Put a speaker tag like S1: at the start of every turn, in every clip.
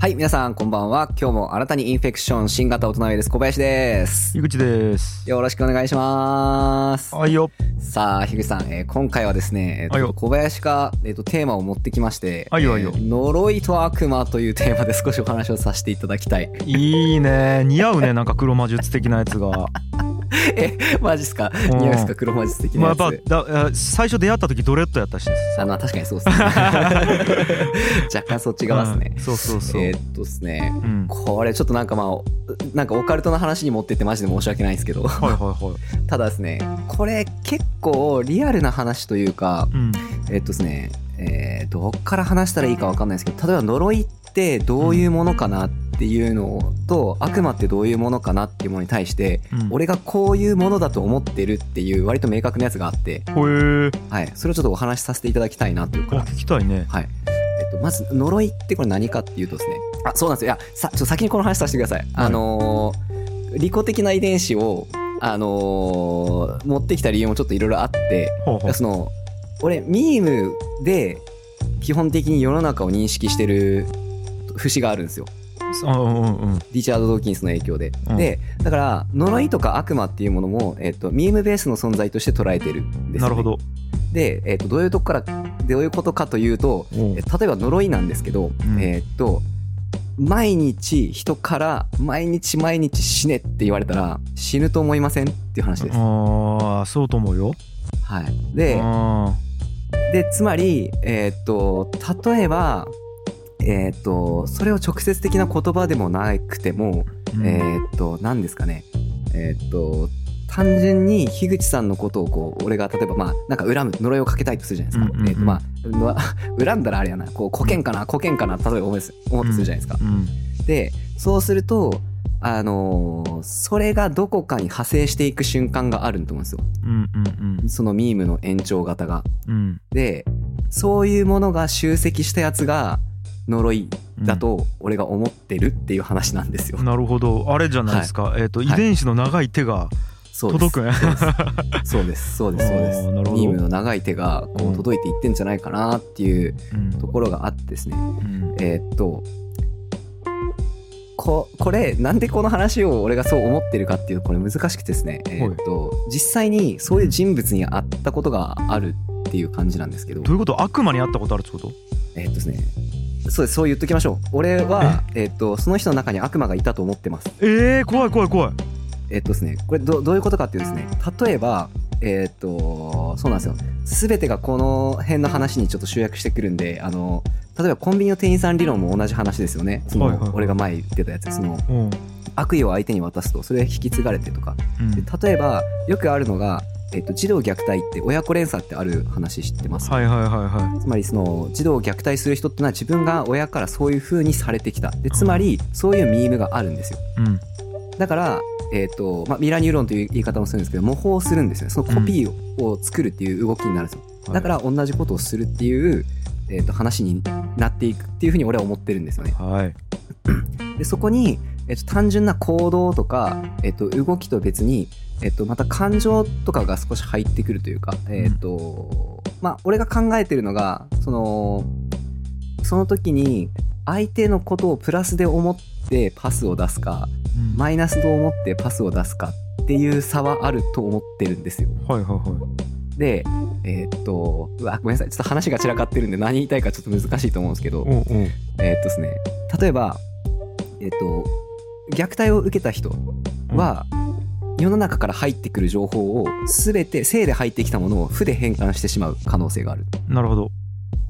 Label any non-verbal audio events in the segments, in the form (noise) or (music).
S1: はい、皆さんこんばんは。今日も新たにインフェクション新型大人ウイルス小林です。
S2: 井口です。
S1: よろしくお願いします。
S2: はいよ。
S1: さあ、樋口さん、えー今回はですね、え
S2: はい
S1: ーと、
S2: よ
S1: 小林が、えーとテーマを持ってきまして、
S2: はいよはいよ
S1: えー呪いと悪魔というテーマで (laughs) 少しお話をさせていただきたい。
S2: いいね。似合うね。なんか黒魔術的なや
S1: (laughs)
S2: つが。
S1: え、マジっすか
S2: うん
S1: 似合いですか黒魔術的
S2: まあ
S1: な
S2: や
S1: や
S2: っ
S1: つ。
S2: ぱだあ最初出会った時ドレッドやったしです。
S1: あ、まあ確かにそう
S2: (laughs)
S1: っすね。若干そっち側っすね
S2: うん。そうそうそう。
S1: えーっとですね、
S2: うん。
S1: これちょっとなんかまあ、なんかオカルトの話に持ってってマジで申し訳ないんですけど、
S2: はいはいは
S1: ただですね、これ結構リアルな話というか、
S2: い。うん。
S1: えっとですね、えーどっから話したらいいかわかんないですけど、例えば呪いってどういうものかなっていうのと、悪魔ってどういうものかなっていうものに対して、
S2: うん、
S1: 俺がこういうものだと思ってるっていう割と明確なやつがあって、
S2: ほえー。
S1: はい、それをちょっとお話しさせていただきたいなという
S2: あ
S1: か、
S2: 聞きたいね。
S1: はい。えっと、まず呪いってこれ何かっていうとですねあそうなんですよいやさちょっと先にこの話させてください、あのー利己的な遺伝子を、あのー持ってきた理由もちょっといろいろあって
S2: ほうほう。
S1: その俺ミームで基本的に世の中を認識してる節があるんですよ
S2: あうんうんうん。
S1: リチャード・ドーキンスの影響で、
S2: うん
S1: でだから呪いとか悪魔っていうものも、えっと、ミームベースの存在として捉えてるんです、ね、
S2: なるほど。
S1: で、えっと、どういうとこからどういうことかというと
S2: おう
S1: え例えば呪いなんですけど、
S2: うん
S1: えーっと毎日人から毎日毎日死ねって言われたら死ぬと思いませんっていう話です。
S2: ああそうと思うよ。
S1: はい、で
S2: あ
S1: でつまり、えーっと例えば、えーっとそれを直接的な言葉でもなくても、
S2: ーうん
S1: えーっと何ですかねえーっと単純に樋口さんのことをこう俺が例えばまあなんか恨む呪いをかけたいとするじゃないですか、
S2: うんうんうん
S1: えーっとまあ (laughs) うわ恨んだらあれやなこうこけんかなこけんかな例えば思いす思ってするじゃないですか、
S2: うん。
S1: でそうするとあのーそれがどこかに派生していく瞬間があると思うんですよ
S2: うんうん
S1: そのミームの延長型が
S2: うん。うん。
S1: でそういうものが集積したやつが呪いだと俺が思ってるっていう話なんですよ、
S2: なるほどあれじゃないですか、えっ、と
S1: い
S2: 遺伝子の長い手が
S1: そうです
S2: 届くね、
S1: そうですそうですそうです
S2: あ
S1: そう
S2: ー
S1: で
S2: な
S1: す
S2: るほど
S1: ミームの長い手がこ
S2: う
S1: うん届いていってんじゃないかなっていう
S2: うん
S1: ところがあってですね
S2: うん
S1: えーっとここれなんでこの話を俺がそう思ってるかっていうこれ難しくてですね、えーっと実際にそういう人物に会ったことがあるっていう感じなんですけど
S2: どういうこと悪魔に会ったことあるってこと
S1: えーっとですねそうですそう言っときましょう俺は、えーっとその人の中に悪魔がいたと思ってます
S2: えー、怖い怖い怖い
S1: えーっとですねこれどどういうことかっていうとですね例えばえーっとそうなんですよ全てがこの辺の話にちょっと集約してくるんであの例えばコンビニの店員さん理論も同じ話ですよねその、
S2: はいはいはい
S1: 俺が前言ってたやつその
S2: うん
S1: 悪意を相手に渡すとそれが引き継がれてとか
S2: うん
S1: で例えばよくあるのが、えっと、児童虐待って親子連鎖ってある話知ってます、
S2: はいはいはいは
S1: つまりその児童を虐待する人ってのは自分が親からそういう風にされてきたでつまりそういうミームがあるんですよ
S2: い。うん。
S1: だから、えっとまあ、ミラーニューロンという言い方もするんですけど模倣するんですよねそのコピーを作るっていう動きになるんですよ、だから同じことをするっていう、えっと話になっていくっていう風に俺は思ってるんですよね
S2: はい。はい。
S1: でそこに、えっと、単純な行動とか、えっと、動きと別に、えっと、また感情とかが少し入ってくるというか、えっとまあ、俺が考えてるのがそのその時に相手のことをプラスで思ってパスを出すか
S2: うん
S1: マイナスと思ってパスを出すかっていう差はあると思ってるんですよ。
S2: はいはいは
S1: でえっとうわごめんなさいちょっと話が散らかってるんで何言いたいかちょっと難しいと思うんですけど
S2: い。おうおう。
S1: えーっとですね例えばえーっと虐待を受けた人は、世の中から入ってくる情報を全て性で入ってきたものを負で変換してしまう可能性がある。
S2: なるほど。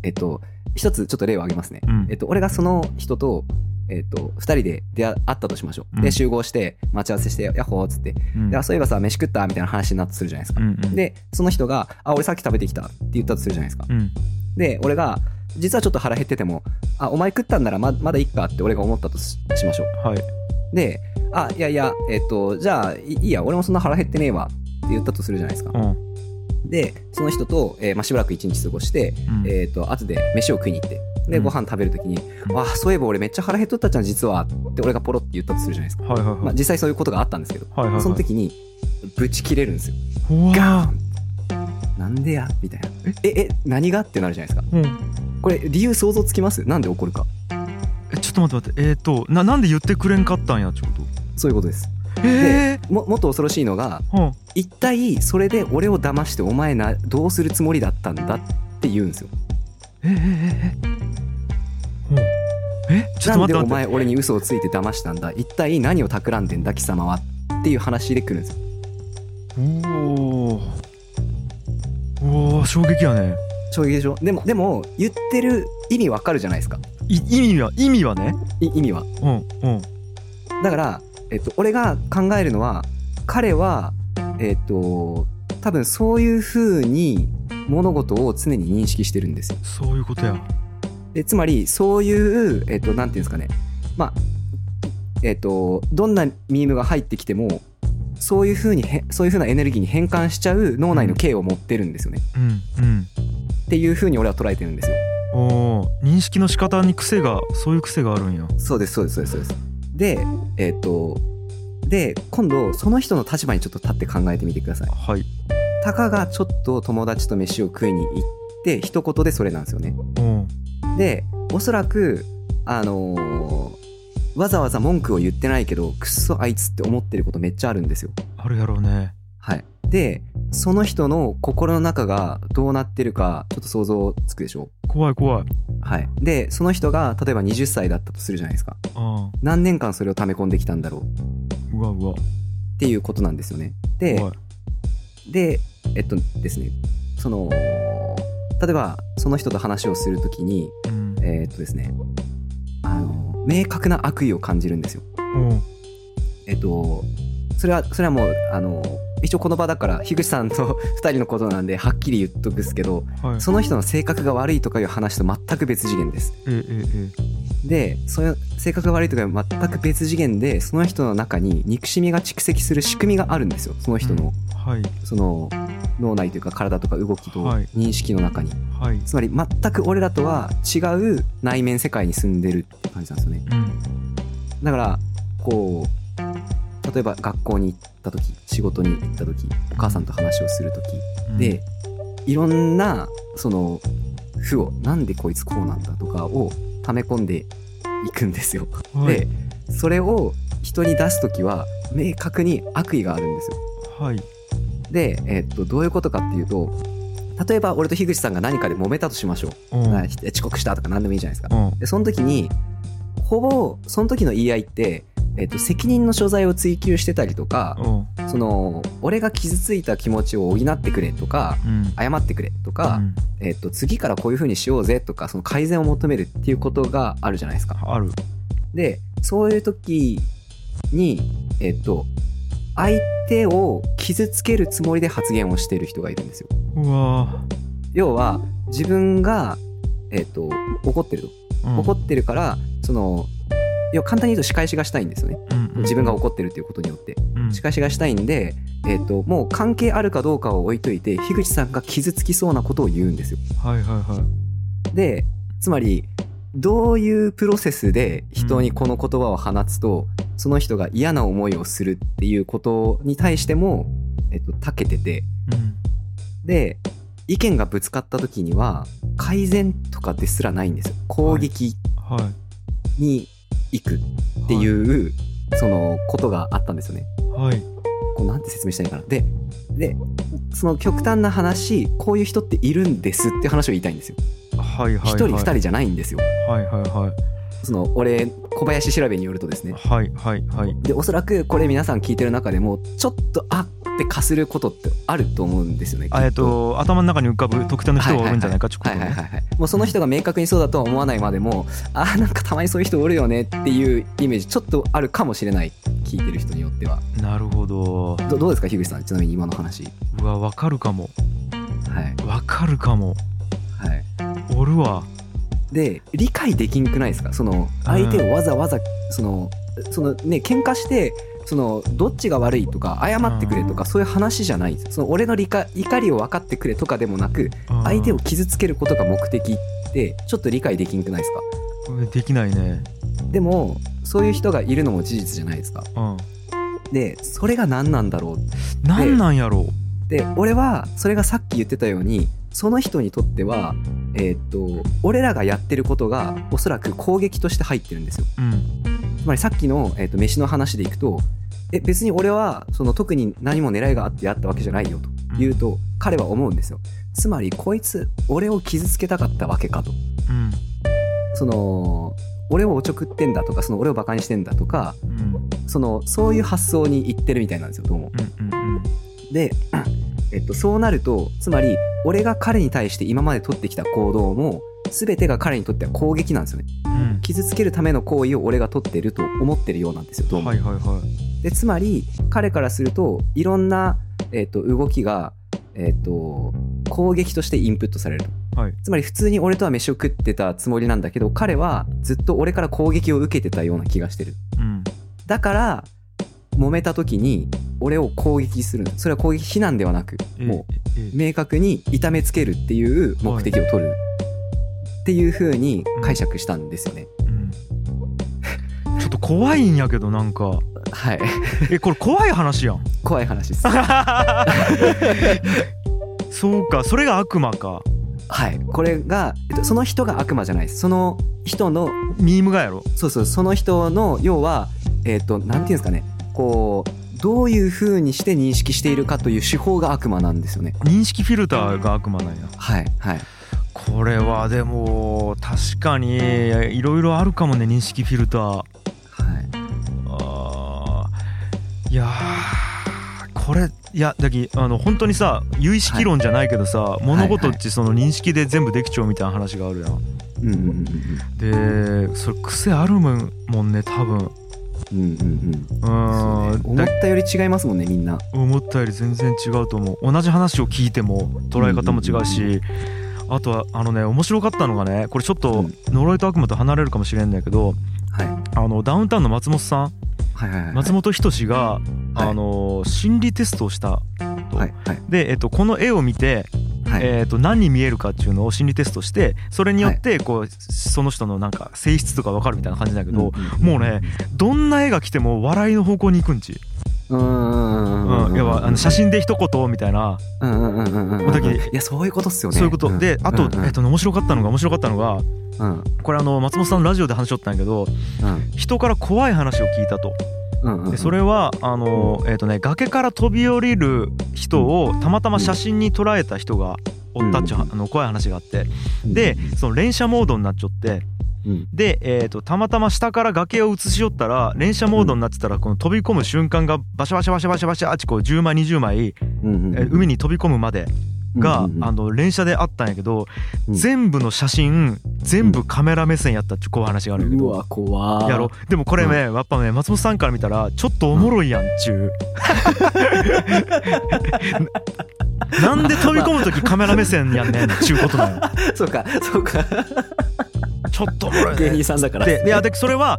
S1: えーっと一つちょっと例を挙げますね。
S2: うん
S1: えーっと俺がその人とえーっと2人で出会ったとしましょう。
S2: う
S1: で
S2: ん
S1: 集合して待ち合わせして「ヤッホー」っつって「
S2: うん
S1: であそういえばさ飯食った」みたいな話になったとするじゃないですか
S2: う。んうん。
S1: でその人が「あ俺さっき食べてきた」って言ったとするじゃないですか。
S2: うん。
S1: で俺が実はちょっと腹減ってても「あお前食ったんならままだいっか」って俺が思ったとししましょう
S2: はい。
S1: で「あいやいやえっとじゃあいいいや俺もそんな腹減ってねえわ」って言ったとするじゃないですか
S2: うん。
S1: でその人と、えーまあ、しばらく一日過ごして、
S2: うん
S1: えっと後で飯を食いに行ってで
S2: うん
S1: ご飯食べるときに「あそういえば俺めっちゃ腹減っとったじゃん実は」って俺がポロって言ったとするじゃないですか、
S2: はいはい
S1: ま
S2: は
S1: あ、
S2: い。
S1: 実際そういうことがあったんですけど
S2: はいはいはい。
S1: その時にブチ切れるんですよ
S2: うわー、
S1: ガーンなんでやみたいなええ何がってなるじゃないですか
S2: うん。
S1: これ理由想像つきますなんで怒るか
S2: えちょっとちょっと待って待ってえっ、とななんで言ってくれんかったんやちょっと
S1: そういうことです
S2: ええ
S1: ももっと恐ろしいのが
S2: ーは
S1: 一体それで俺を騙してお前などうするつもりだったんだって言うんですよ
S2: ええええええほうえちょっと
S1: なん
S2: 待
S1: でお
S2: って待っ
S1: 前俺に嘘をついて騙したんだ一体何を企んでんだ貴様はっていう話で来るんですよ
S2: ておおおー衝撃やね
S1: 衝撃でしょでもでも言ってる意味わかるじゃないですか
S2: い意味は意味はね
S1: い意味は
S2: うんうん
S1: だから、えっと、俺が考えるのは彼はえっと多分そういう風に物事を常に認識してるんですよ
S2: そういうことや
S1: でつまりそういうえっとなんていうんですかねまあえっとどんなミームが入ってきてもそういう風にへそういう風なエネルギーに変換しちゃう脳内の形を持ってるんですよね、
S2: うんうん
S1: っていう風に俺は捉えてるんですよ
S2: おお認識の仕方に癖がそういう癖があるんや
S1: そうですそうですそうですそうですでえっとで今度その人の立場にちょっと立って考えてみてください
S2: はい
S1: たかがちょっと友達と飯を食いに行って一言でそれなんですよね
S2: うん
S1: でおそらくあのーわざわざ文句を言ってないけどくっそあいつって思ってることめっちゃあるんですよ
S2: あるやろうね
S1: はいでその人の心の中がどうなってるかちょっと想像つくでしょ
S2: 怖い怖い
S1: はいでその人が例えば20歳だったとするじゃないですか
S2: あ
S1: 何年間それを溜め込んできたんだろうっ
S2: ーうわうわ
S1: ていうことなんですよねで
S2: 怖い
S1: でえっとですねその例えばその人と話をするときに
S2: うん
S1: えーっとですねあの明確な悪意を感じるんですよ
S2: うん
S1: えっとそれはそれはもうあの一応この場だから樋口さんと (laughs) 2人のことなんではっきり言っとくっすけど
S2: はい
S1: その人の性格が悪いとかいう話と全く別次元です
S2: えええ
S1: でその性格が悪いとかいう全く別次元でその人の中に憎しみが蓄積する仕組みがあるんですよその人の、
S2: えはい
S1: その脳内というか体とか動きと
S2: はい
S1: 認識の中に、
S2: はい
S1: つまり全く俺らとは違う内面世界に住んでるって感じなんですよね
S2: うん
S1: だからこう例えば学校に行った時仕事に行った時お母さんと話をする時
S2: うん
S1: でいろんなその負をなんでこいつこうなんだとかを溜め込んでいくんですよ。
S2: はい
S1: でそれを人に出す時は明確に悪意があるんですよ。
S2: はい
S1: で、えっとどういうことかっていうと例えば俺と樋口さんが何かで揉めたとしましょ
S2: う
S1: う、
S2: ん
S1: な遅刻したとか何でもいいじゃないですか。
S2: うん
S1: でその時にほぼその時の言い合いって、えっと責任の所在を追求してたりとか
S2: うん
S1: その俺が傷ついた気持ちを補ってくれとか
S2: うん
S1: 謝ってくれと
S2: う
S1: か、
S2: ん
S1: えっと次からこういう風にしようぜとかその改善を求めるっていうことがあるじゃないですか。
S2: ある
S1: でそういう時に、えっと相手を傷つけるつもりで発言をしている人がいるんですよ。
S2: うわ
S1: 要は自分が、えっと怒ってると
S2: ーうん
S1: 怒ってるからその要は簡単に言うと仕返しがしたいんですよね
S2: うんうん
S1: 自分が怒ってるっていうことによって
S2: うん
S1: 仕返しがしたいんで、えっともう関係あるかどうかを置いといて樋口さんが傷つきそうなことを言うんですよ
S2: はいはいはい
S1: でつまりどういうプロセスで人にこの言葉を放つと、その人が嫌な思いをするっていうことに対しても、えっと長けてて
S2: うん
S1: で意見がぶつかった時には改善とかですらないんですよ攻撃
S2: はいは
S1: に行くっていう、そのことがあったんですよね。
S2: はい
S1: こうなんて説明したらいいかな。で、で、その極端な話、こういう人っているんですっていう話を言いたいんですよ。
S2: はいはいはい
S1: 一人二人じゃないんですよ。
S2: はいはいはい
S1: その、俺、小林調べによるとですね。
S2: はいはいはい
S1: で、おそらくこれ皆さん聞いてる中でも、ちょっとあってかすることってあると思うんですよね。
S2: あえっと頭の中に浮かぶ特定の人がおるんじゃないかちょ
S1: は
S2: っと
S1: いはいはいはい。もうその人が明確にそうだとは思わないまでも、あーなんかたまにそういう人おるよねっていうイメージ、ちょっとあるかもしれない。聞いてる人によっては。
S2: なるほど
S1: どどうですか樋口さんちなみに今の話は
S2: うわわかるかも
S1: い
S2: わかるかも
S1: はい
S2: おるわ
S1: で理解できんくないですかその相手をわざわざそのそのね喧嘩してそのどっちが悪いとか謝ってくれとかそういう話じゃないんですその俺の理解怒りを分かってくれとかでもなく
S2: うん
S1: 相手を傷つけることが目的ってちょっと理解できんくないですか
S2: できないね
S1: でもそういう人がいるのも事実じゃないですか
S2: うん
S1: でそれが何なんだろう
S2: なんなんやろ
S1: で俺はそれがさっき言ってたようにその人にとっては、えーっと俺らがやってることがおそらく攻撃として入ってるんですよ
S2: うん
S1: つまりさっきの、えーっと飯の話でいくとえ別に俺はその特に何も狙いがあってやったわけじゃないよと言うと彼は思うんですよつまりこいつ俺を傷つけたかったわけかと
S2: うん
S1: その俺をおちょくってんだとかその俺をバカにしてんだとか
S2: うん
S1: そのそういう発想にいってるみたいなんですよどうも
S2: うんうん
S1: で、えっと、そうなるとつまり俺が彼に対して今まで取ってきた行動も全てが彼にとっては攻撃なんですよね
S2: うん
S1: 傷つけるための行為を俺が取ってると思ってるようなんですよどうも、
S2: はいはいは
S1: でつまり彼からするといろんな、えっと、動きが、えっと、攻撃としてインプットされると、
S2: はい
S1: つまり普通に俺とは飯を食ってたつもりなんだけど彼はずっと俺から攻撃を受けてたような気がしてる
S2: いうん
S1: だから揉めた時に俺を攻撃するのそれは攻撃非難ではなく
S2: え
S1: も
S2: ええ
S1: 明確に痛めつけるっていう目的を取るっていう風に解釈したんですよね。
S2: うんちょっと怖いんやけどなんか
S1: はい。
S2: えこれ怖い
S1: (laughs)
S2: 話やん
S1: 怖い話です。
S2: そうかそれが悪魔か
S1: はい。これが、えっと、その人が悪魔じゃないです。その人の、
S2: ミームがやろ
S1: そうそう、その人の、要は、えっと、なんていうんですかね、こう、どういう風にして認識しているかという手法が悪魔なんですよね。
S2: 認識フィルターが悪魔なんや
S1: はい。はい。
S2: これはでも確かにいろいろあるかもね認識フィルター
S1: はい。
S2: あーいやーこれいやだきあの本当にさ有意識論じゃないけどさ、物事っちその認識で全部できちゃうみたいな話があるやん、
S1: うんうんうん
S2: でそれ癖あるもんもんね多分
S1: うん。うんうんうん。
S2: うー
S1: そ
S2: ん
S1: うね思
S2: だ
S1: ったより違いますもんね、みんな。
S2: 思ったより全然違うと思う同じ話を聞いても捉え方も違う
S1: うんう
S2: しあとはあのね面白かったのがねこれちょっ
S1: う
S2: と
S1: ん
S2: 呪いと悪魔と離れるかもしれんねんけど
S1: はい。
S2: あのダウンタウンの松本さん
S1: はいはいはい。
S2: 松本人志が
S1: はい
S2: あの心理テストをした
S1: はいはい
S2: で、えっと、この絵を見て、
S1: はい。
S2: えっと、何に見えるかっていうのを心理テストしてそれによってこう、その人のなんか性質とか分かるみたいな感じだけど、もうねどんな絵が来ても笑いの方向に行くんち、
S1: うんうんうん
S2: うん、要はあの写真で一言みたいな、
S1: うんうんうんうんうんうん
S2: おたき
S1: いやそういうことっすよね
S2: そういうこと、
S1: ん
S2: であと、
S1: うんうん
S2: えっとね、面白かったのが面白かったのが
S1: うん
S2: これあの松本さんのラジオで話しとったんやけど
S1: うん
S2: 人から怖い話を聞いたと
S1: うんうん
S2: でそれはあの、えっとね、崖から飛び降りる人をたまたま写真に捉えた人がおったっちゅうはあの怖い話があって。でその連射モードになっちゃって
S1: うん
S2: で、えー、とたまたま下から崖を映し寄ったら連射モードになってたらこの飛び込む瞬間がバシャバシャバシャバシャバシャあっちこう10枚20枚、
S1: うんうん
S2: えー海に飛び込むまでが、
S1: うんうんうん
S2: あの連射であったんやけど、
S1: うん
S2: 全部の写真全部カメラ目線やったっちゅうこう話があるんやけ
S1: う
S2: ど。
S1: わ怖
S2: やろでもこれね、やっぱね松本さんから見たらちょっとおもろいやんっち
S1: (laughs)
S2: ゅう、なんで飛び込む時カメラ目線やんねんっちゅうことなの
S1: そうかそう
S2: (laughs)
S1: か
S2: ちょっとおもろい
S1: 芸
S2: ね
S1: 人さんだから
S2: でででそれは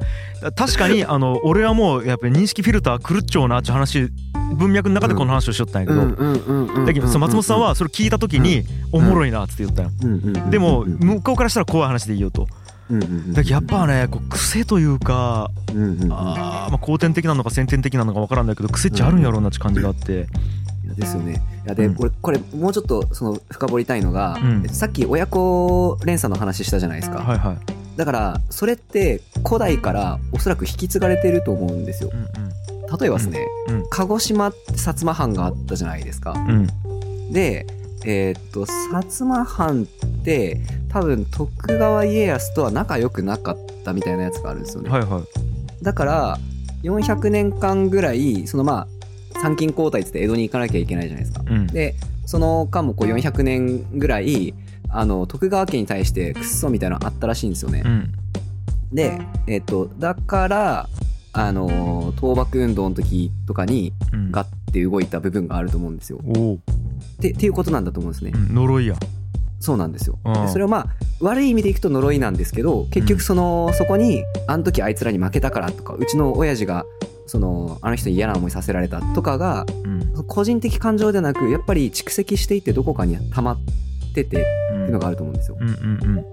S2: 確かにあの俺はもうやっぱり認識フィルター狂っちゃうなっていう話文脈の中でこの話をしとったんやけ
S1: う
S2: ど、
S1: んうんうんうん
S2: だけどその松本さんはそれ聞いた時におもろいなっつって言ったんよ
S1: うんうんうん
S2: でも
S1: うん
S2: 向こうからしたら怖い話でいいよと
S1: うんうん
S2: だけどやっぱねこう癖というか
S1: うんうんうん
S2: あーまあ後天的なのか先天的なのか分からんだけど癖っちあるんやろうなって感じがあって
S1: いやですよねいやで
S2: うん
S1: これこれもうちょっとその深掘りたいのが
S2: うん
S1: えっとさっき親子連鎖の話したじゃないです
S2: は
S1: か
S2: いはい
S1: だからそれって古代からおそらく引き継がれてると思うんですよ
S2: う
S1: 例えばですね、
S2: うんうん
S1: 鹿児島って薩摩藩があったじゃないですか。
S2: んうん
S1: で、えーっと、薩摩藩って多分徳川家康とは仲良くなかったみたいなやつがあるんですよ
S2: う
S1: ね。
S2: んはいはい
S1: だから、400年間ぐらい、そのまあ、参勤交代っつって江戸に行かなきゃいけないじゃないですか。
S2: うん
S1: で、その間もこう400年ぐらい、あの、徳川家に対してクッソみたいなのあったらしいんですよね。
S2: うん
S1: で、えっと、だから、あのー倒幕運動の時とかに
S2: うん
S1: ガッて動いた部分があると思うんですよ。
S2: おお
S1: ってっていうことなんだと思うんですね。
S2: うん呪いや
S1: そうなんですよ。
S2: うん
S1: でそれはまあ悪い意味でいくと呪いなんですけど結局その、そこにあの時あいつらに負けたからとかうちの親父がそのあの人に嫌な思いさせられたとかが
S2: うんうん
S1: 個人的感情ではなくやっぱり蓄積していってどこかに溜まっててっていうのがあると思うんですよ。
S2: うんうん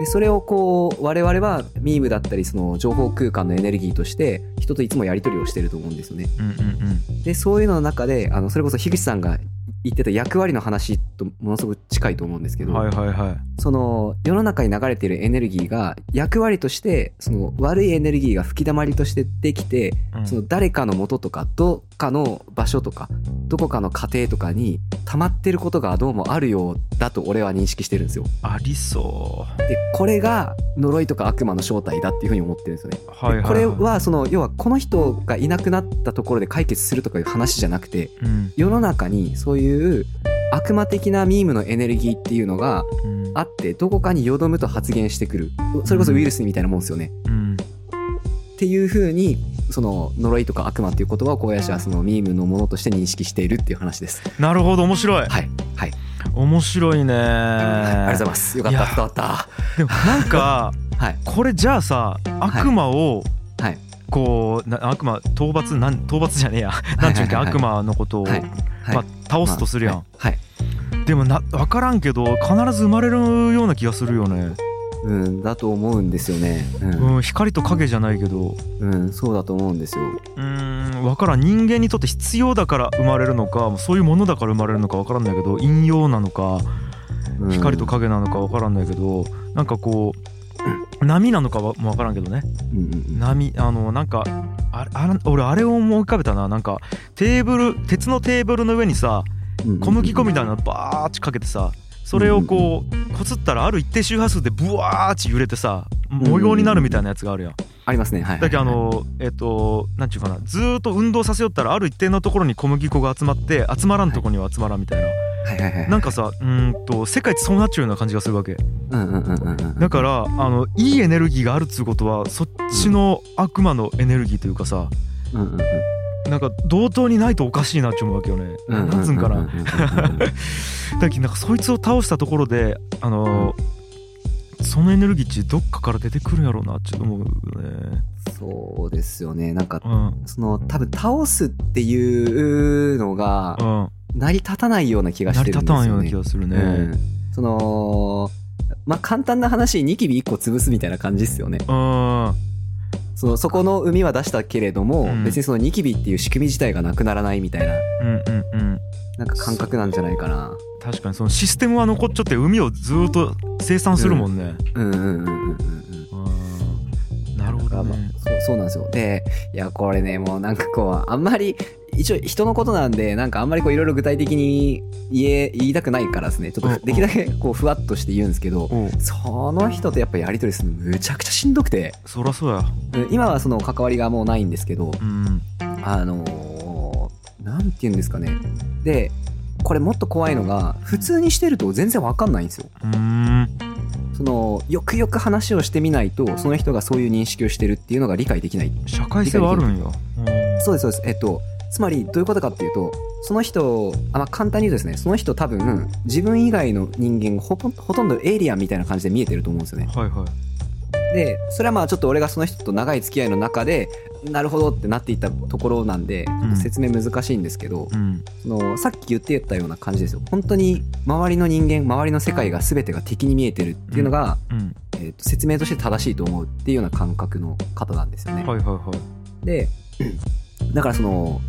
S1: でそれをこう我々はミームだったりその情報空間のエネルギーとして人といつもやり取りをしてると思うんですよね。
S2: うんうんうんうん
S1: でそういうのの中であのそれこそ樋口さんが言ってた役割の話とものすごく近いと思うんですけど、
S2: はいはいはい
S1: その世の中に流れてるエネルギーが役割としてその悪いエネルギーが吹き溜まりとしてできて、
S2: うん
S1: その誰かの元とかどっかの場所とかどこかの家庭とかに溜まってることがどうもあるようだと俺は認識してるんですよ。
S2: ありそ
S1: でこれが呪いとか悪魔の正体だっていうふうに思ってるんですよね。
S2: うはいはい、はい、
S1: これはその要はこの人がいなくなったところで解決するとかいう話じゃなくて
S2: うん、
S1: 世の中にそういう悪魔的なミームのエネルギーっていうのが
S2: うん、
S1: あってどこかによどむと発言してくるそれこそウイルスみたいなもんですよね、
S2: うん
S1: っていう風にその呪いとか悪魔っていう言葉を小林はそのミームのものとして認識しているっていう話です
S2: なるほど面白い
S1: はいはい、
S2: 面白いね、
S1: はい、ありがとうござい
S2: ま
S1: ますよかった
S2: いや
S1: 伝わった
S2: すでもなんか
S1: はい
S2: これじゃあさ悪魔を
S1: はい
S2: こうな悪魔討伐なん討伐じゃねえやなんちゅうっけ
S1: はいはいはい
S2: 悪魔のことを、
S1: はいはい
S2: まあ、倒すとするやん、
S1: はい、はい
S2: でもな分からんけど必ず生まれるような気がするよね、
S1: うんだと思うんですよね
S2: うん、光と影じゃないけど
S1: うん、うん、そうだと思うんですよ
S2: うん分からん人間にとって必要だから生まれるのかそういうものだから生まれるのか分からんないけど引用なのか
S1: うん
S2: 光と影なのか分からんないけどなんかこう波なのかはも分からんけどね
S1: うんうんうん
S2: 波あのなんかあれあれ俺あれを思い浮かべたななんかテーブル鉄のテーブルの上にさ小麦粉みたいなのバーッチかけてさそれをこうこすったらある一定周波数でブワーッチ揺れてさ模様になるみたいなやつがあるやん
S1: ありますねはい
S2: だけどあのえっとなんちゅうかなずーっと運動させよったらある一定のところに小麦粉が集まって集まらんとこには集まらんみたいな
S1: はいはいはい
S2: なんかさうーんと世界ってそうなっちゃうような感じがするわけ
S1: うんうんうんうんうん
S2: だからあのいいエネルギーがあるっつうことはそっちの悪魔のエネルギーというかさ
S1: うんうんうん
S2: なんか同等にないとおかしいなって思うわけよね。
S1: うんうんうん
S2: なんつうんか
S1: う
S2: な。
S1: んうんうん
S2: だけどなんかそいつを倒したところであのーそのエネルギーってどっかから出てくるんやろうなって思うよね。
S1: そうですよねなんか
S2: うん
S1: その多分倒すっていうのが
S2: うん。
S1: 成り立たないような気が
S2: 成
S1: して
S2: り
S1: る
S2: 立
S1: んです
S2: たんよ
S1: よ
S2: うな
S1: ね
S2: 気。がするね。
S1: うんそのまあ簡単な話ニキビ1個潰すみたいな感じですよね
S2: うん。
S1: そのそこの海は出したけれども、
S2: うん
S1: 別にそのニキビっていう仕組み自体がなくならないみたいな
S2: うんうんうん。
S1: なんか感覚なんじゃないかな
S2: 確かにそのシステムは残っちゃって海をずーっと生産するもんね。
S1: うんうんうんうんうんうん
S2: うん。なるほど
S1: だからま
S2: ね
S1: あ。そうそうなんですよでいやこれねもうなんかこうあんまり一応人のことなんでなんかあんまりこういろいろ具体的に言え言いたくないからですねちょっ
S2: うん
S1: とできるだけこうふわっとして言うんですけど
S2: おう
S1: その人とやっぱやり取りするのむちゃくちゃしんどくて
S2: そらそうや。
S1: うん今はその関わりがもうないんですけど
S2: うん。
S1: あのーなんて言うんですかねでこれもっと怖いのが普通にしてると全然わかんないんですよ
S2: うーん。
S1: そのよくよく話をしてみないとその人がそういう認識をしてるっていうのが理解できない
S2: 社会性はあるんよ。
S1: そうですそうですえっとつまりどういうことかっていうとその人あ、まあ、簡単に言うとですねその人多分自分以外の人間がほとんほとんどエイリアンみたいな感じで見えてると思うんですよね
S2: うんはいはい。
S1: でそれはまあちょっと俺がその人と長い付き合いの中でなるほどってなっていったところなんでちょっと説明難しいんですけど、
S2: うん。
S1: そのさっき言ってたような感じですよ本当に周りの人間周りの世界が全てが敵に見えてるっていうのが、
S2: うん。
S1: えーと説明として正しいと思うっていうような感覚の方なんですよね。
S2: はいはいはい。
S1: でだからその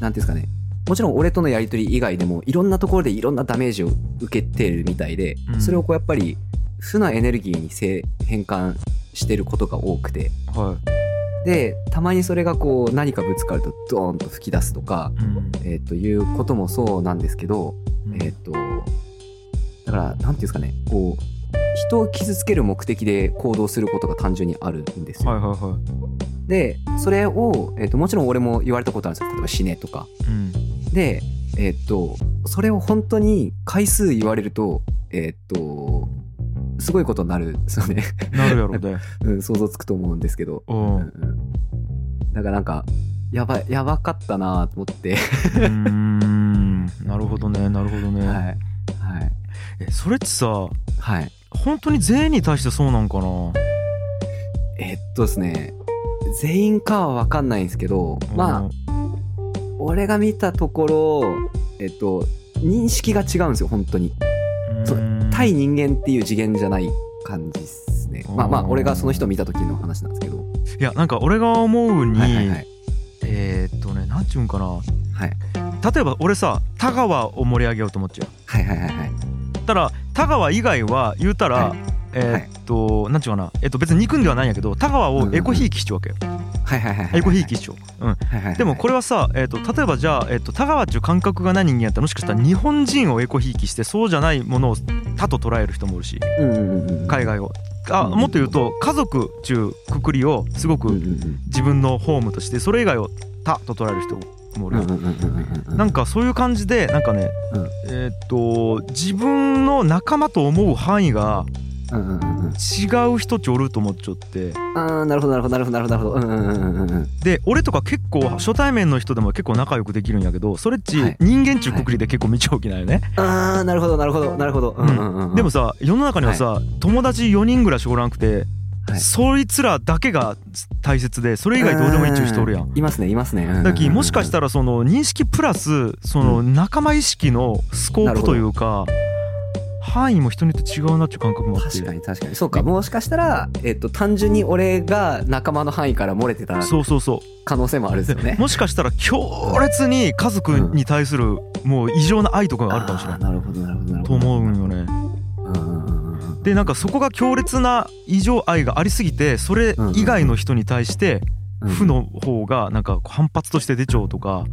S1: 何ていうんですかねもちろん俺とのやり取り以外でもいろんなところでいろんなダメージを受けてるみたいで、
S2: うん
S1: それをこうやっぱり負なエネルギーにせ変換してることが多くて
S2: は
S1: でたまにそれがこう何かぶつかるとドーンと吹き出すとか、
S2: い。うん。
S1: えーということもそうなんですけど、えーっ、と、だから、なんていうんですかね、こう、人を傷つける目的で行動することが単純にあるんですよ。
S2: はいはいは
S1: で、それを、えーっ、と、もちろん俺も言われたことあるんですよ。例えば死ねとか。
S2: い。うん。
S1: で、えーっ、と、それを本当に回数言われると、えーっ、と、すごいことになるんですよね。 (laughs)
S2: なるやろで。
S1: うん、想像つくと思うんですけど。
S2: う。
S1: うんんう。
S2: うん
S1: だからなんか、やばい、やばかったなと思って。
S2: ーん。 (laughs) なるほどね。なるほど
S1: (laughs) はい。
S2: ね。
S1: はい。
S2: え、それってさ、
S1: はい。
S2: 本当に全員に対してそうなんかな。
S1: えっとですね全員かは分かんないんですけど、まあ俺が見たところえっと認識が違うんですよ本当に
S2: うん、
S1: そう
S2: うん
S1: 対。人間っていう次元じゃない感じですねまあまあ
S2: うん
S1: 俺がその人見た時の話なんですけど
S2: いや、なんか俺が思うに、
S1: はいはいはい
S2: えーっとね、なんちゅうんかな。
S1: はい
S2: 例えば俺さ田川を盛り上げようと思っちゃう
S1: はいはいはいはい。
S2: たら田川以外は言うたら、
S1: は
S2: えーっと、なんちゅうかな、えっと、別に憎んではないんやけど田川をエコひいきしちゃうわけよ、
S1: はいはいはいはい。
S2: エコひいきしちゃう、うん、
S1: はいはいはい。
S2: でもこれはさ、えー、と例えばじゃあ、えー、と田川っちゅう感覚がない人間やったらもしかしたら日本人をエコひいきしてそうじゃないものを他と捉える人もいるし
S1: れ、うんうんうんうん、
S2: 海外をあ
S1: うん
S2: もっと言うと家族っちゅうくくりをすご
S1: うん
S2: く自分のホームとしてそれ以外を他と捉える人もお
S1: うんう
S2: る
S1: んうんうんうんうん。
S2: なんかそういう感じでなんかね、
S1: うん
S2: えーっと自分の仲間と思う範囲が
S1: うんうんうんうん。
S2: 違う人っちおると思っちゃって
S1: ああ、なるほどなるほどなるほどなるほど。うんうんうんうんうん。
S2: で俺とか結構初対面の人でも結構仲良くできるんやけどそれっち
S1: はい
S2: 人間っちゅうくくりで結構見ちゃうきないよね、
S1: ああ、なるほどなるほどなるほど。うんうんうんうん。
S2: でもさ世の中にはさ、友達4人ぐらいしかおらんくて、
S1: はい
S2: そいつらだけが大切でそれ以外どうでもいいっちゅう人おるやん。
S1: いますねいますね。うんうんうん
S2: だきもしかしたらその認識プラスその仲間意識のスコープというか範囲も人によって違うなっていう感覚もあって
S1: 確かに確かにそうかもしかしたら、えっと、単純に俺が仲間の範囲から漏れてた
S2: そうそうそ
S1: 可能性もあるんです
S2: う
S1: よね。
S2: もしかしたら強烈に家族に対するもう異常な愛とかがあるかもしれ
S1: あー
S2: ない
S1: なるほどなるほどなる
S2: と
S1: ほど。
S2: 思うんよね
S1: うんうんうんうん
S2: でなんかそこが強烈な異常愛がありすぎてそれ以外の人に対して
S1: うん
S2: 負の方がなんか反発として出ちゃうとか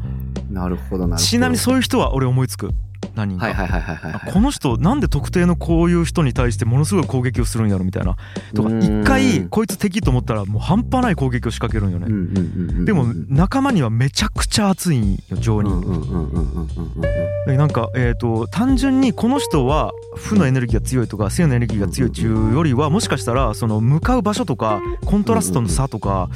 S1: なるほどなるほど。
S2: ちなみにそういう人は俺思いつく何人か、
S1: はいはいはいはいはい
S2: あ
S1: はい。
S2: この人なんで特定のこういう人に対してものすごい攻撃をするんやろみたいなとか
S1: うーん
S2: 一回こいつ敵と思ったらもう半端ない攻撃を仕掛けるんよ
S1: うん
S2: ね
S1: うんうんうんうん
S2: でも仲間にはめちゃくちゃ熱いんよ情
S1: うん
S2: に
S1: うんうんうんうんうんう
S2: でなんかえっと単純にこの人は負のエネルギーが強いとか性のエネルギーが強いっていうよりはもしかしたらその向かう場所とかコントラストの差とか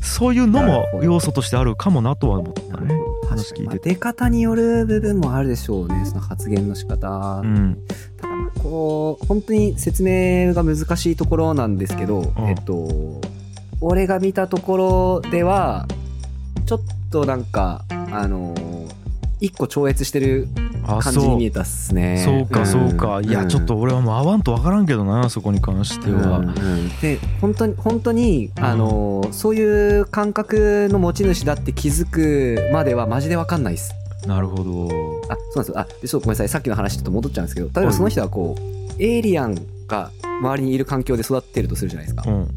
S2: そういうのも要素としてあるかもなとは思った
S1: ん確か
S2: ね
S1: に
S2: 話聞いて
S1: まあ出方による部分もあるでしょうねその発言の仕方、
S2: うん
S1: ただまあこう本当に説明が難しいところなんですけど、
S2: ん
S1: えっと俺が見たところではちょっとなんかあの一個超越してる
S2: あ
S1: 感じに
S2: そう
S1: 見えたっすね。
S2: そうか
S1: ん
S2: そうか、いや
S1: うん
S2: ちょっと俺はもう合わんと分からんけどなそこに関しては、
S1: うんうんで本当に本当にあのーそういう感覚の持ち主だって気づくまではマジでわかんないです。
S2: なるほど
S1: あそうなんですよ。あでちょっとごめんなさいさっきの話ちょっと戻っちゃうんですけど例えばその人はこうエイリアンが周りにいる環境で育ってるとするじゃないですか
S2: う。ん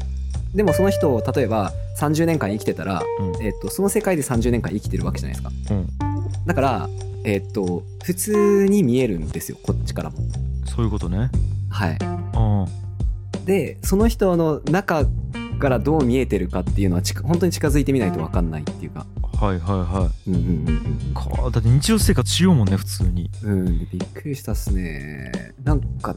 S1: でもその人を例えば30年間生きてたら、
S2: うん
S1: えっとその世界で30年間生きてるわけじゃないですか。
S2: うん
S1: だからえっと普通に見えるんですよこっちからも。
S2: そういうことね
S1: はい。
S2: うん
S1: でその人の中からどう見えてるかっていうのはちか本当に近づいてみないと分かんないっていうか、
S2: はいはいは
S1: うんうんうん
S2: いかだって日常生活しようもんね普通に
S1: うんうん、びっくりしたっすねなんか、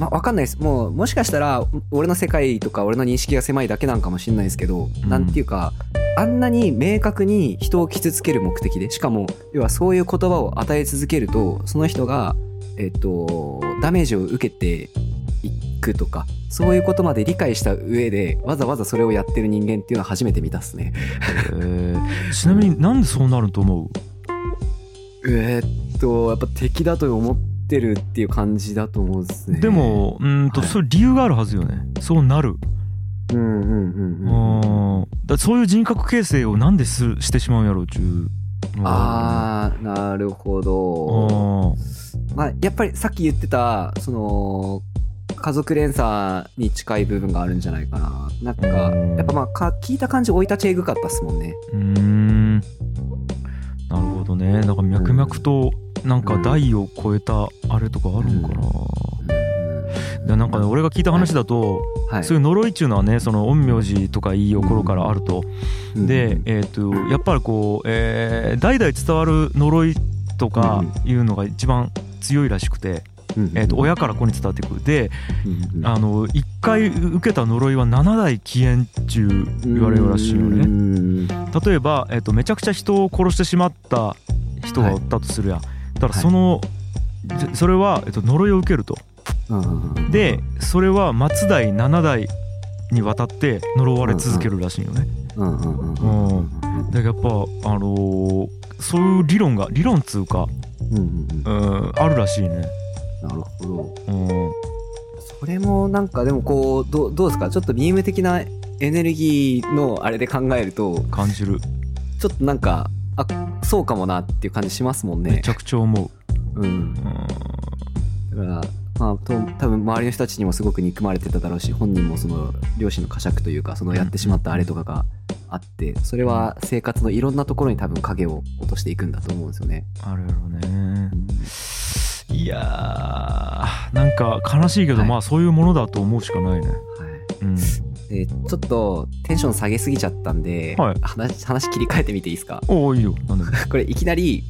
S1: まあ、分かんないですもうもしかしたら俺の世界とか俺の認識が狭いだけなんかもしんないですけど、
S2: うん
S1: なんていうかあんなに明確に人を傷つける目的でしかも要はそういう言葉を与え続けるとその人が、えっと、ダメージを受けていくとかそういうことまで理解した上でわざわざそれをやってる人間っていうのは初めて見たっすね。
S2: えー
S1: (laughs)
S2: ちなみになんでそうなると思う
S1: えーっとやっぱ敵だと思ってるっていう感じだと思うんですね。
S2: でもうーんと
S1: はい
S2: そういう理由があるはずよねそうなる
S1: うんうんうん
S2: う
S1: うんうん。
S2: んだそういう人格形成をなんですしてしまうんやろうちゅうのは
S1: ああなるほ
S2: あ
S1: ど。
S2: ー
S1: まあやっぱりさっき言ってたその家族連鎖に近い部分があるんじゃないかな。なんか
S2: うん
S1: やっぱまあか聞いた感じ生い立ちえぐかったっすもんね。
S2: うーんなるほどねなんか脈々となんか代を超えたあれとかあるんかな、
S1: うん
S2: でなんかね俺が聞いた話だと、
S1: はい
S2: そういう呪いっていうのはねその陰陽師とかいいお頃からあると、
S1: うん
S2: で、えー、とやっぱりこう、えー代々伝わる呪いとかいうのが一番強いらしくて、
S1: うん
S2: えー、と親から子に伝わってくるで
S1: うんうん
S2: あの1回受けた呪いは7代起源っちゅう言われるらしいよ
S1: う
S2: ね
S1: ん
S2: 例えば、えー、とめちゃくちゃ人を殺してしまった人がおったとするやん、だからその、そそれは、えー、と呪いを受けると
S1: うん
S2: でそれは松代7代にわたって呪われ続けるらしいよね。
S1: うんうんうんうんうん
S2: だからやっぱあのーそういう理論が理論つうか、
S1: うんうんうん
S2: うん、あるらしいね。
S1: なるほど。
S2: うん、
S1: それもなんかでもこうどうどうですかちょっとビーム的なエネルギーのあれで考えると
S2: 感じる。
S1: ちょっとなんかあそうかもなっていう感じしますもん
S2: め
S1: ね
S2: ち。ゃくちゃ思う
S1: うん、
S2: う
S1: だから、まあ、と多分周りの人たちにもすごく憎まれてただろうし本人もその両親の呵責というかそのやってしまったあれとかがあってそれは生活のいろんなところに多分影を落としていくんだと思うんですよね。
S2: んあるやろねいやーなんか悲しいけど、
S1: はい
S2: まあそういうものだと思うしかないね
S1: はい
S2: うん
S1: でちょっとテンション下げすぎちゃったんで、
S2: はい
S1: 話話切り替えてみていいですか
S2: おおいいよ (laughs) なんでも
S1: これいきなり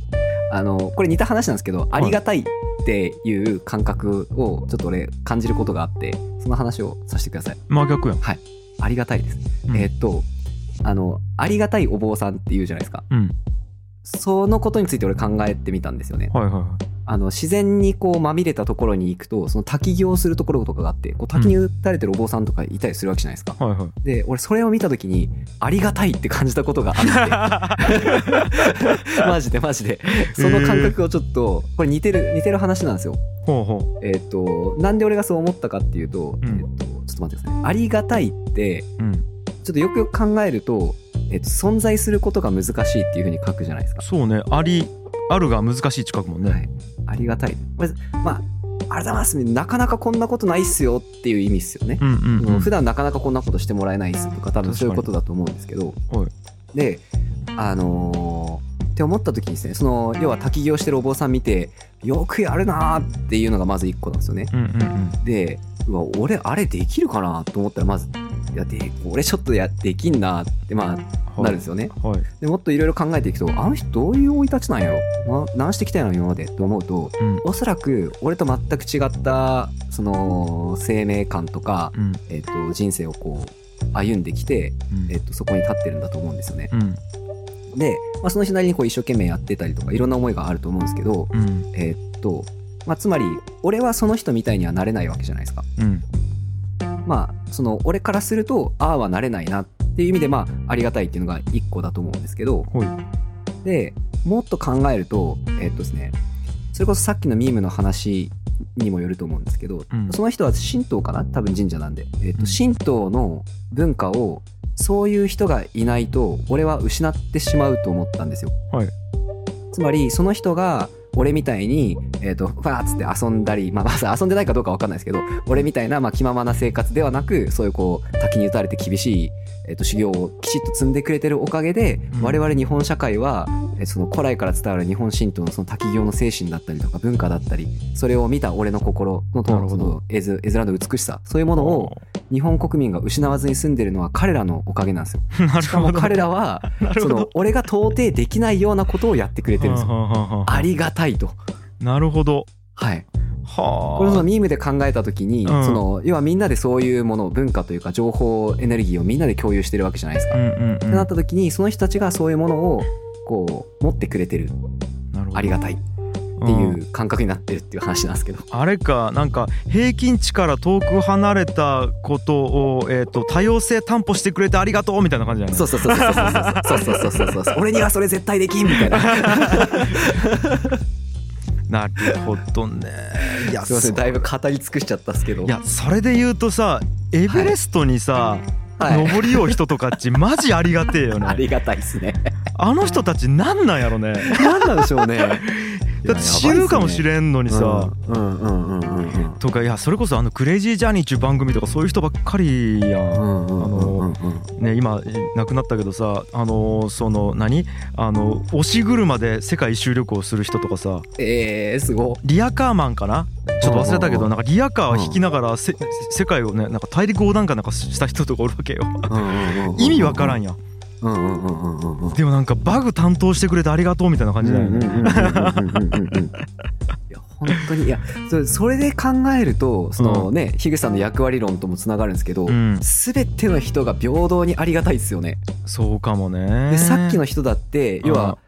S1: あのこれ似た話なんですけど、
S2: い
S1: ありがたいっていう感覚をちょっと俺感じることがあってその話をさせてください
S2: 真逆やん
S1: ありがたいです、
S2: うん
S1: えーっとあのありがたいお坊さんっていうじゃないですか
S2: うん
S1: そのことについて俺考えてみたんですよね
S2: はいはいは
S1: あの自然にこうまみれたところに行くとその滝行するところとかがあってこう滝に打たれてるお坊さんとかいたりするわけじゃないですか、
S2: いはいはい
S1: で俺それを見た時にありがたいって感じたことがあって
S2: (laughs)
S1: マジでマジでその感覚をちょっとこれ似てる似てる話なんですよ
S2: ほうほ
S1: えっ、となんで俺がそう思ったかっていうと,、
S2: うん
S1: えっとちょっと待ってくださいありがたいって
S2: ううん
S1: ちょっとよくよく考えると,、えっと存在することが難しいっていうふうに書くじゃないですか、
S2: そうねありあるが難しい近くもんね、
S1: はい、ありがたいこれまあありがとうございますなかなかこんなことないっすよっていう意味っすよね
S2: うんうん、うん、
S1: 普段なかなかこんなことしてもらえないですとか多
S2: 確か
S1: 分
S2: に
S1: そういうことだと思うんですけど
S2: は
S1: であのーって思った時にですねその要は滝行してるお坊さん見てよくやるなーっていうのがまず1個なんですよね
S2: うんうんうん
S1: でうわ俺あれできるかなと思ったらまずいやで俺ちょっとやできんなーってまあなるんですよね
S2: はい
S1: でもっといろいろ考えていくとあの人どういう生い立ちなんやろな何してきたんやろ今までと思うと
S2: うん
S1: おそらく俺と全く違ったその生命観とか
S2: うん
S1: えっと人生をこう歩んできて、
S2: うん
S1: えっとそこに立ってるんだと思うんですよね。
S2: うん
S1: で、まあ、その人なりにこう一生懸命やってたりとかいろんな思いがあると思うんですけど、
S2: うん
S1: えっとまあ、つまり俺はその人みたいにはなれないわけじゃないですか。
S2: うん
S1: まあその俺からするとああはなれないなっていう意味でまあありがたいっていうのが一個だと思うんですけど
S2: ほい
S1: でもっと考えるとえっとですねそれこそさっきのミームの話にもよると思うんですけど、
S2: うん
S1: その人は神道かな多分神社なんで、えっ
S2: う
S1: と
S2: ん
S1: 神道の文化をそういう人がいないと俺は失ってしまうと思ったんですよ。
S2: はい
S1: つまりその人が俺みたいに、えっとファーっつって遊んだり、まあ、まあ遊んでないかどうか分かんないですけど俺みたいな、まあ、気ままな生活ではなくそういうこう滝に打たれて厳しい、えっと修行をきちっと積んでくれてるおかげで、
S2: うん
S1: 我々日本社会はえーその古来から伝わる日本神道のその滝行の精神だったりとか文化だったりそれを見た俺の心の
S2: なる
S1: と
S2: ほ
S1: そ
S2: ど
S1: の絵ず絵面の美しさそういうものを日本国民が失わずに済んでるのは彼らのおかげなんですよ。
S2: な
S1: し
S2: る
S1: か
S2: ほ
S1: も
S2: ど
S1: 彼らは
S2: なる
S1: そ
S2: ほ
S1: の
S2: ど
S1: 俺が到底できないようなことをやってくれてるんですよ。
S2: はあはあはあ
S1: ありがたいと。
S2: なるほど
S1: はい、
S2: はあ
S1: これそのミームで考えた時に、
S2: うん
S1: その要はみんなでそういうもの文化というか情報エネルギーをみんなで共有してるわけじゃないですか。
S2: う
S1: っ
S2: んうんう
S1: て
S2: ん
S1: なった時にその人たちがそういうものをこう持ってくれてる
S2: なるほど
S1: ありがたいって
S2: うん
S1: いう感覚になってるっていう話なんですけど、
S2: あれかなんか平均値から遠く離れたことを、えー、と多様性担保してくれてありがとうみたいな感じだよね
S1: そうそうそうそうそうそうそうそうそうそうそう俺にはそれ絶対できんみたいな
S2: なるほどねいや
S1: すいません
S2: そ
S1: だいぶ語り尽くしちゃったっすけど
S2: いやそれで言うとさエベレストにさ、
S1: はい、
S2: 登りよう人とか
S1: (laughs)
S2: っちマジありがてえよ
S1: あ
S2: ね
S1: りがたいっすね
S2: あの人たちなんなんやろね
S1: 何なんでしょうね
S2: だって死ぬかもし
S1: ん
S2: れんのにさ、
S1: うんうんうんうんうんうん
S2: とかいやそれこそあの「クレイジージャーニー」っていう番組とかそういう人ばっかりやん、
S1: うんうんうんうん
S2: ね、今え亡くなったけどさあのーその何あの押し車で世界一周旅行する人とかさ
S1: えー、すご
S2: リアカーマンかなちょっと忘れた
S1: うんう
S2: け
S1: んう
S2: ど
S1: ん
S2: なんかリアカー引きながらせ、世界をねなんか大陸横断かなんかした人とかおるわけよ意味わからん
S1: よ
S2: やん
S1: うんうんうんうんうんうん
S2: でもなんかバグ担当してくれてありがとうみたいな感じだよね、
S1: うんうんうんうんうんうんうんいや本当にいやそれそれで考えるとそのね、樋口さんの役割論ともつながるんですけど、
S2: うん
S1: 全ての人が平等にありがたいですよね。
S2: そうかもね
S1: でさっきの人だって要は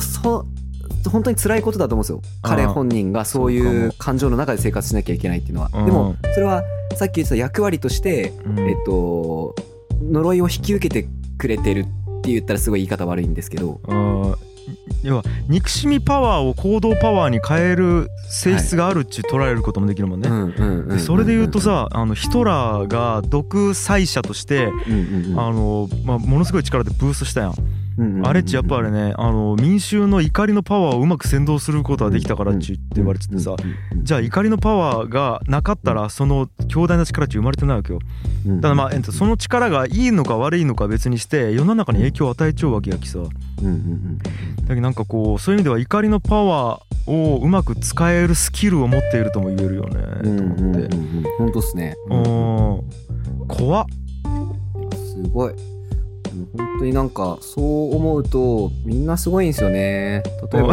S1: そ本当に辛いことだと思うんですよ彼
S2: うん
S1: 本人がそう
S2: そう
S1: い
S2: か
S1: う
S2: も
S1: 感情の中で生活しなきゃいけないっていうのは。
S2: うん
S1: でもそれはさっき言ってた役割として、
S2: うん
S1: えっと、呪いを引き受けてくれてるって言ったらすごい言い方悪いんですけど。
S2: うん要は憎しみパワーを行動パワーに変える性質があるっちゅう捉えることもできるもんね、
S1: うんうんうんうん
S2: でそれで言うと、さあのヒトラーが独裁者として
S1: うんうんうん
S2: あの、まあ、ものすごい力でブーストしたやんあれっちやっぱあれねあの民衆の怒りのパワーをうまく扇動することはできたからっちって言われててさじゃあ怒りのパワーがなかったらその強大な力っち生まれてないわけよだからまあえっとその力がいいのか悪いのか別にして世の中に影響を与えちゃうわけやきさだけどなんかこうそういう意味では怒りのパワーをうまく使えるスキルを持っているとも言えるよねと思って
S1: 本当っすね
S2: うん怖っ
S1: すごいでも本当になんかそう思うとみんなすごいんですよね例えば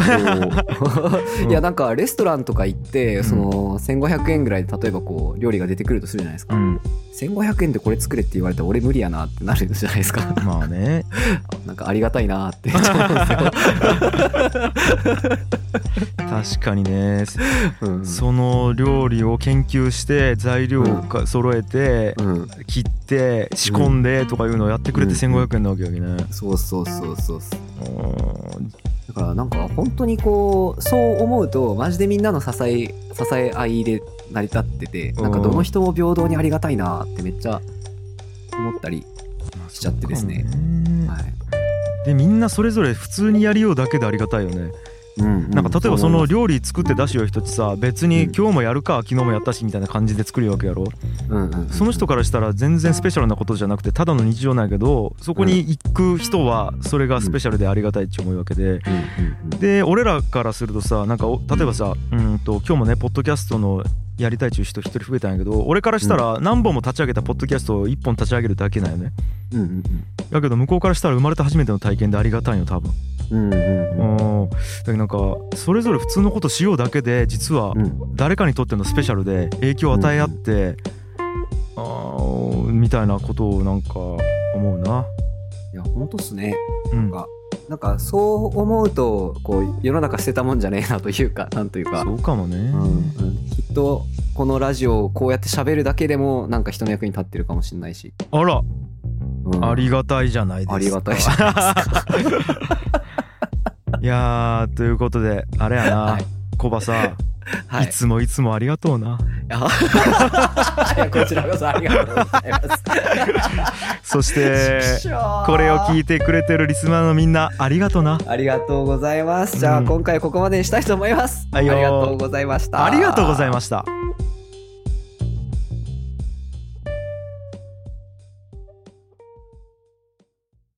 S1: こう (laughs) いやなんかレストランとか行って、
S2: うん
S1: その1500円ぐらいで例えばこう料理が出てくるとするじゃないですか、
S2: うん
S1: 1500円でこれ作れって言われたら俺無理やなってなるじゃないです
S2: (laughs)
S1: か
S2: まあね
S1: なんかありがたいなって思うんです
S2: 確かにね
S1: よ、うん、
S2: (laughs) その料理を研究して材料をか揃えて
S1: うん
S2: 切って仕込んでとかいうのをやってくれて
S1: うん
S2: 1500円なわけやけね
S1: そうそうそうそうそう
S2: うん
S1: だからなんか本当にこうそう思うとマジでみんなの支え支え合いで成り立っててなんかどの人も平等にありがたいなってめっちゃ思ったり、しちゃってですね
S2: そうかもね
S1: はい、
S2: でみんなそれぞれ普通にやりようだけでありがたいよねなんか例えばその料理作って出しよう人ってさ別に
S1: うん
S2: 今日もやるか昨日もやったしみたいな感じで作るわけやろその人からしたら全然スペシャルなことじゃなくてただの日常なんやけどそこに行く人はそれがスペシャルでありがたいって思うわけでで俺らからするとさなんかお例えばさうんと今日もねポッドキャストのやりたいっていう人一人増えたんやけど俺からしたら何本も立ち上げたポッドキャストを1本立ち上げるだけなんよねだけど向こうからしたら生まれて初めての体験でありがたいよ多分うんだけどなんかそれぞれ普通のことしようだけで実は誰かにとってのスペシャルで影響を与え合ってあーみたいなことをなんか思うな。
S1: いや本当っすね
S2: うん
S1: あなんかそう思うとこう世の中捨てたもんじゃねえなというか (laughs) なんというか
S2: そうかもね
S1: う、んうんきっとこのラジオをこうやって喋るだけでもなんか人の役に立ってるかもしれないし、
S2: あら
S1: うん
S2: ありがたいじゃないですか
S1: ありがたいじゃないですか
S2: (laughs) いやーということであれやな、
S1: はい
S2: コバさん、
S1: はい
S2: い、つもいつもありがと
S1: (laughs)
S2: うな
S1: あいやこちらこそありがとうございます。
S2: そ
S1: (laughs)
S2: して
S1: ちくしょう
S2: これを聞いてくれてるリスナーのみんなありがとうな
S1: ありがとうございます。じゃあ、
S2: うん
S1: 今回ここまでにしたいと思います。
S2: はいよ
S1: ありがとうございました。
S2: ありがとうございました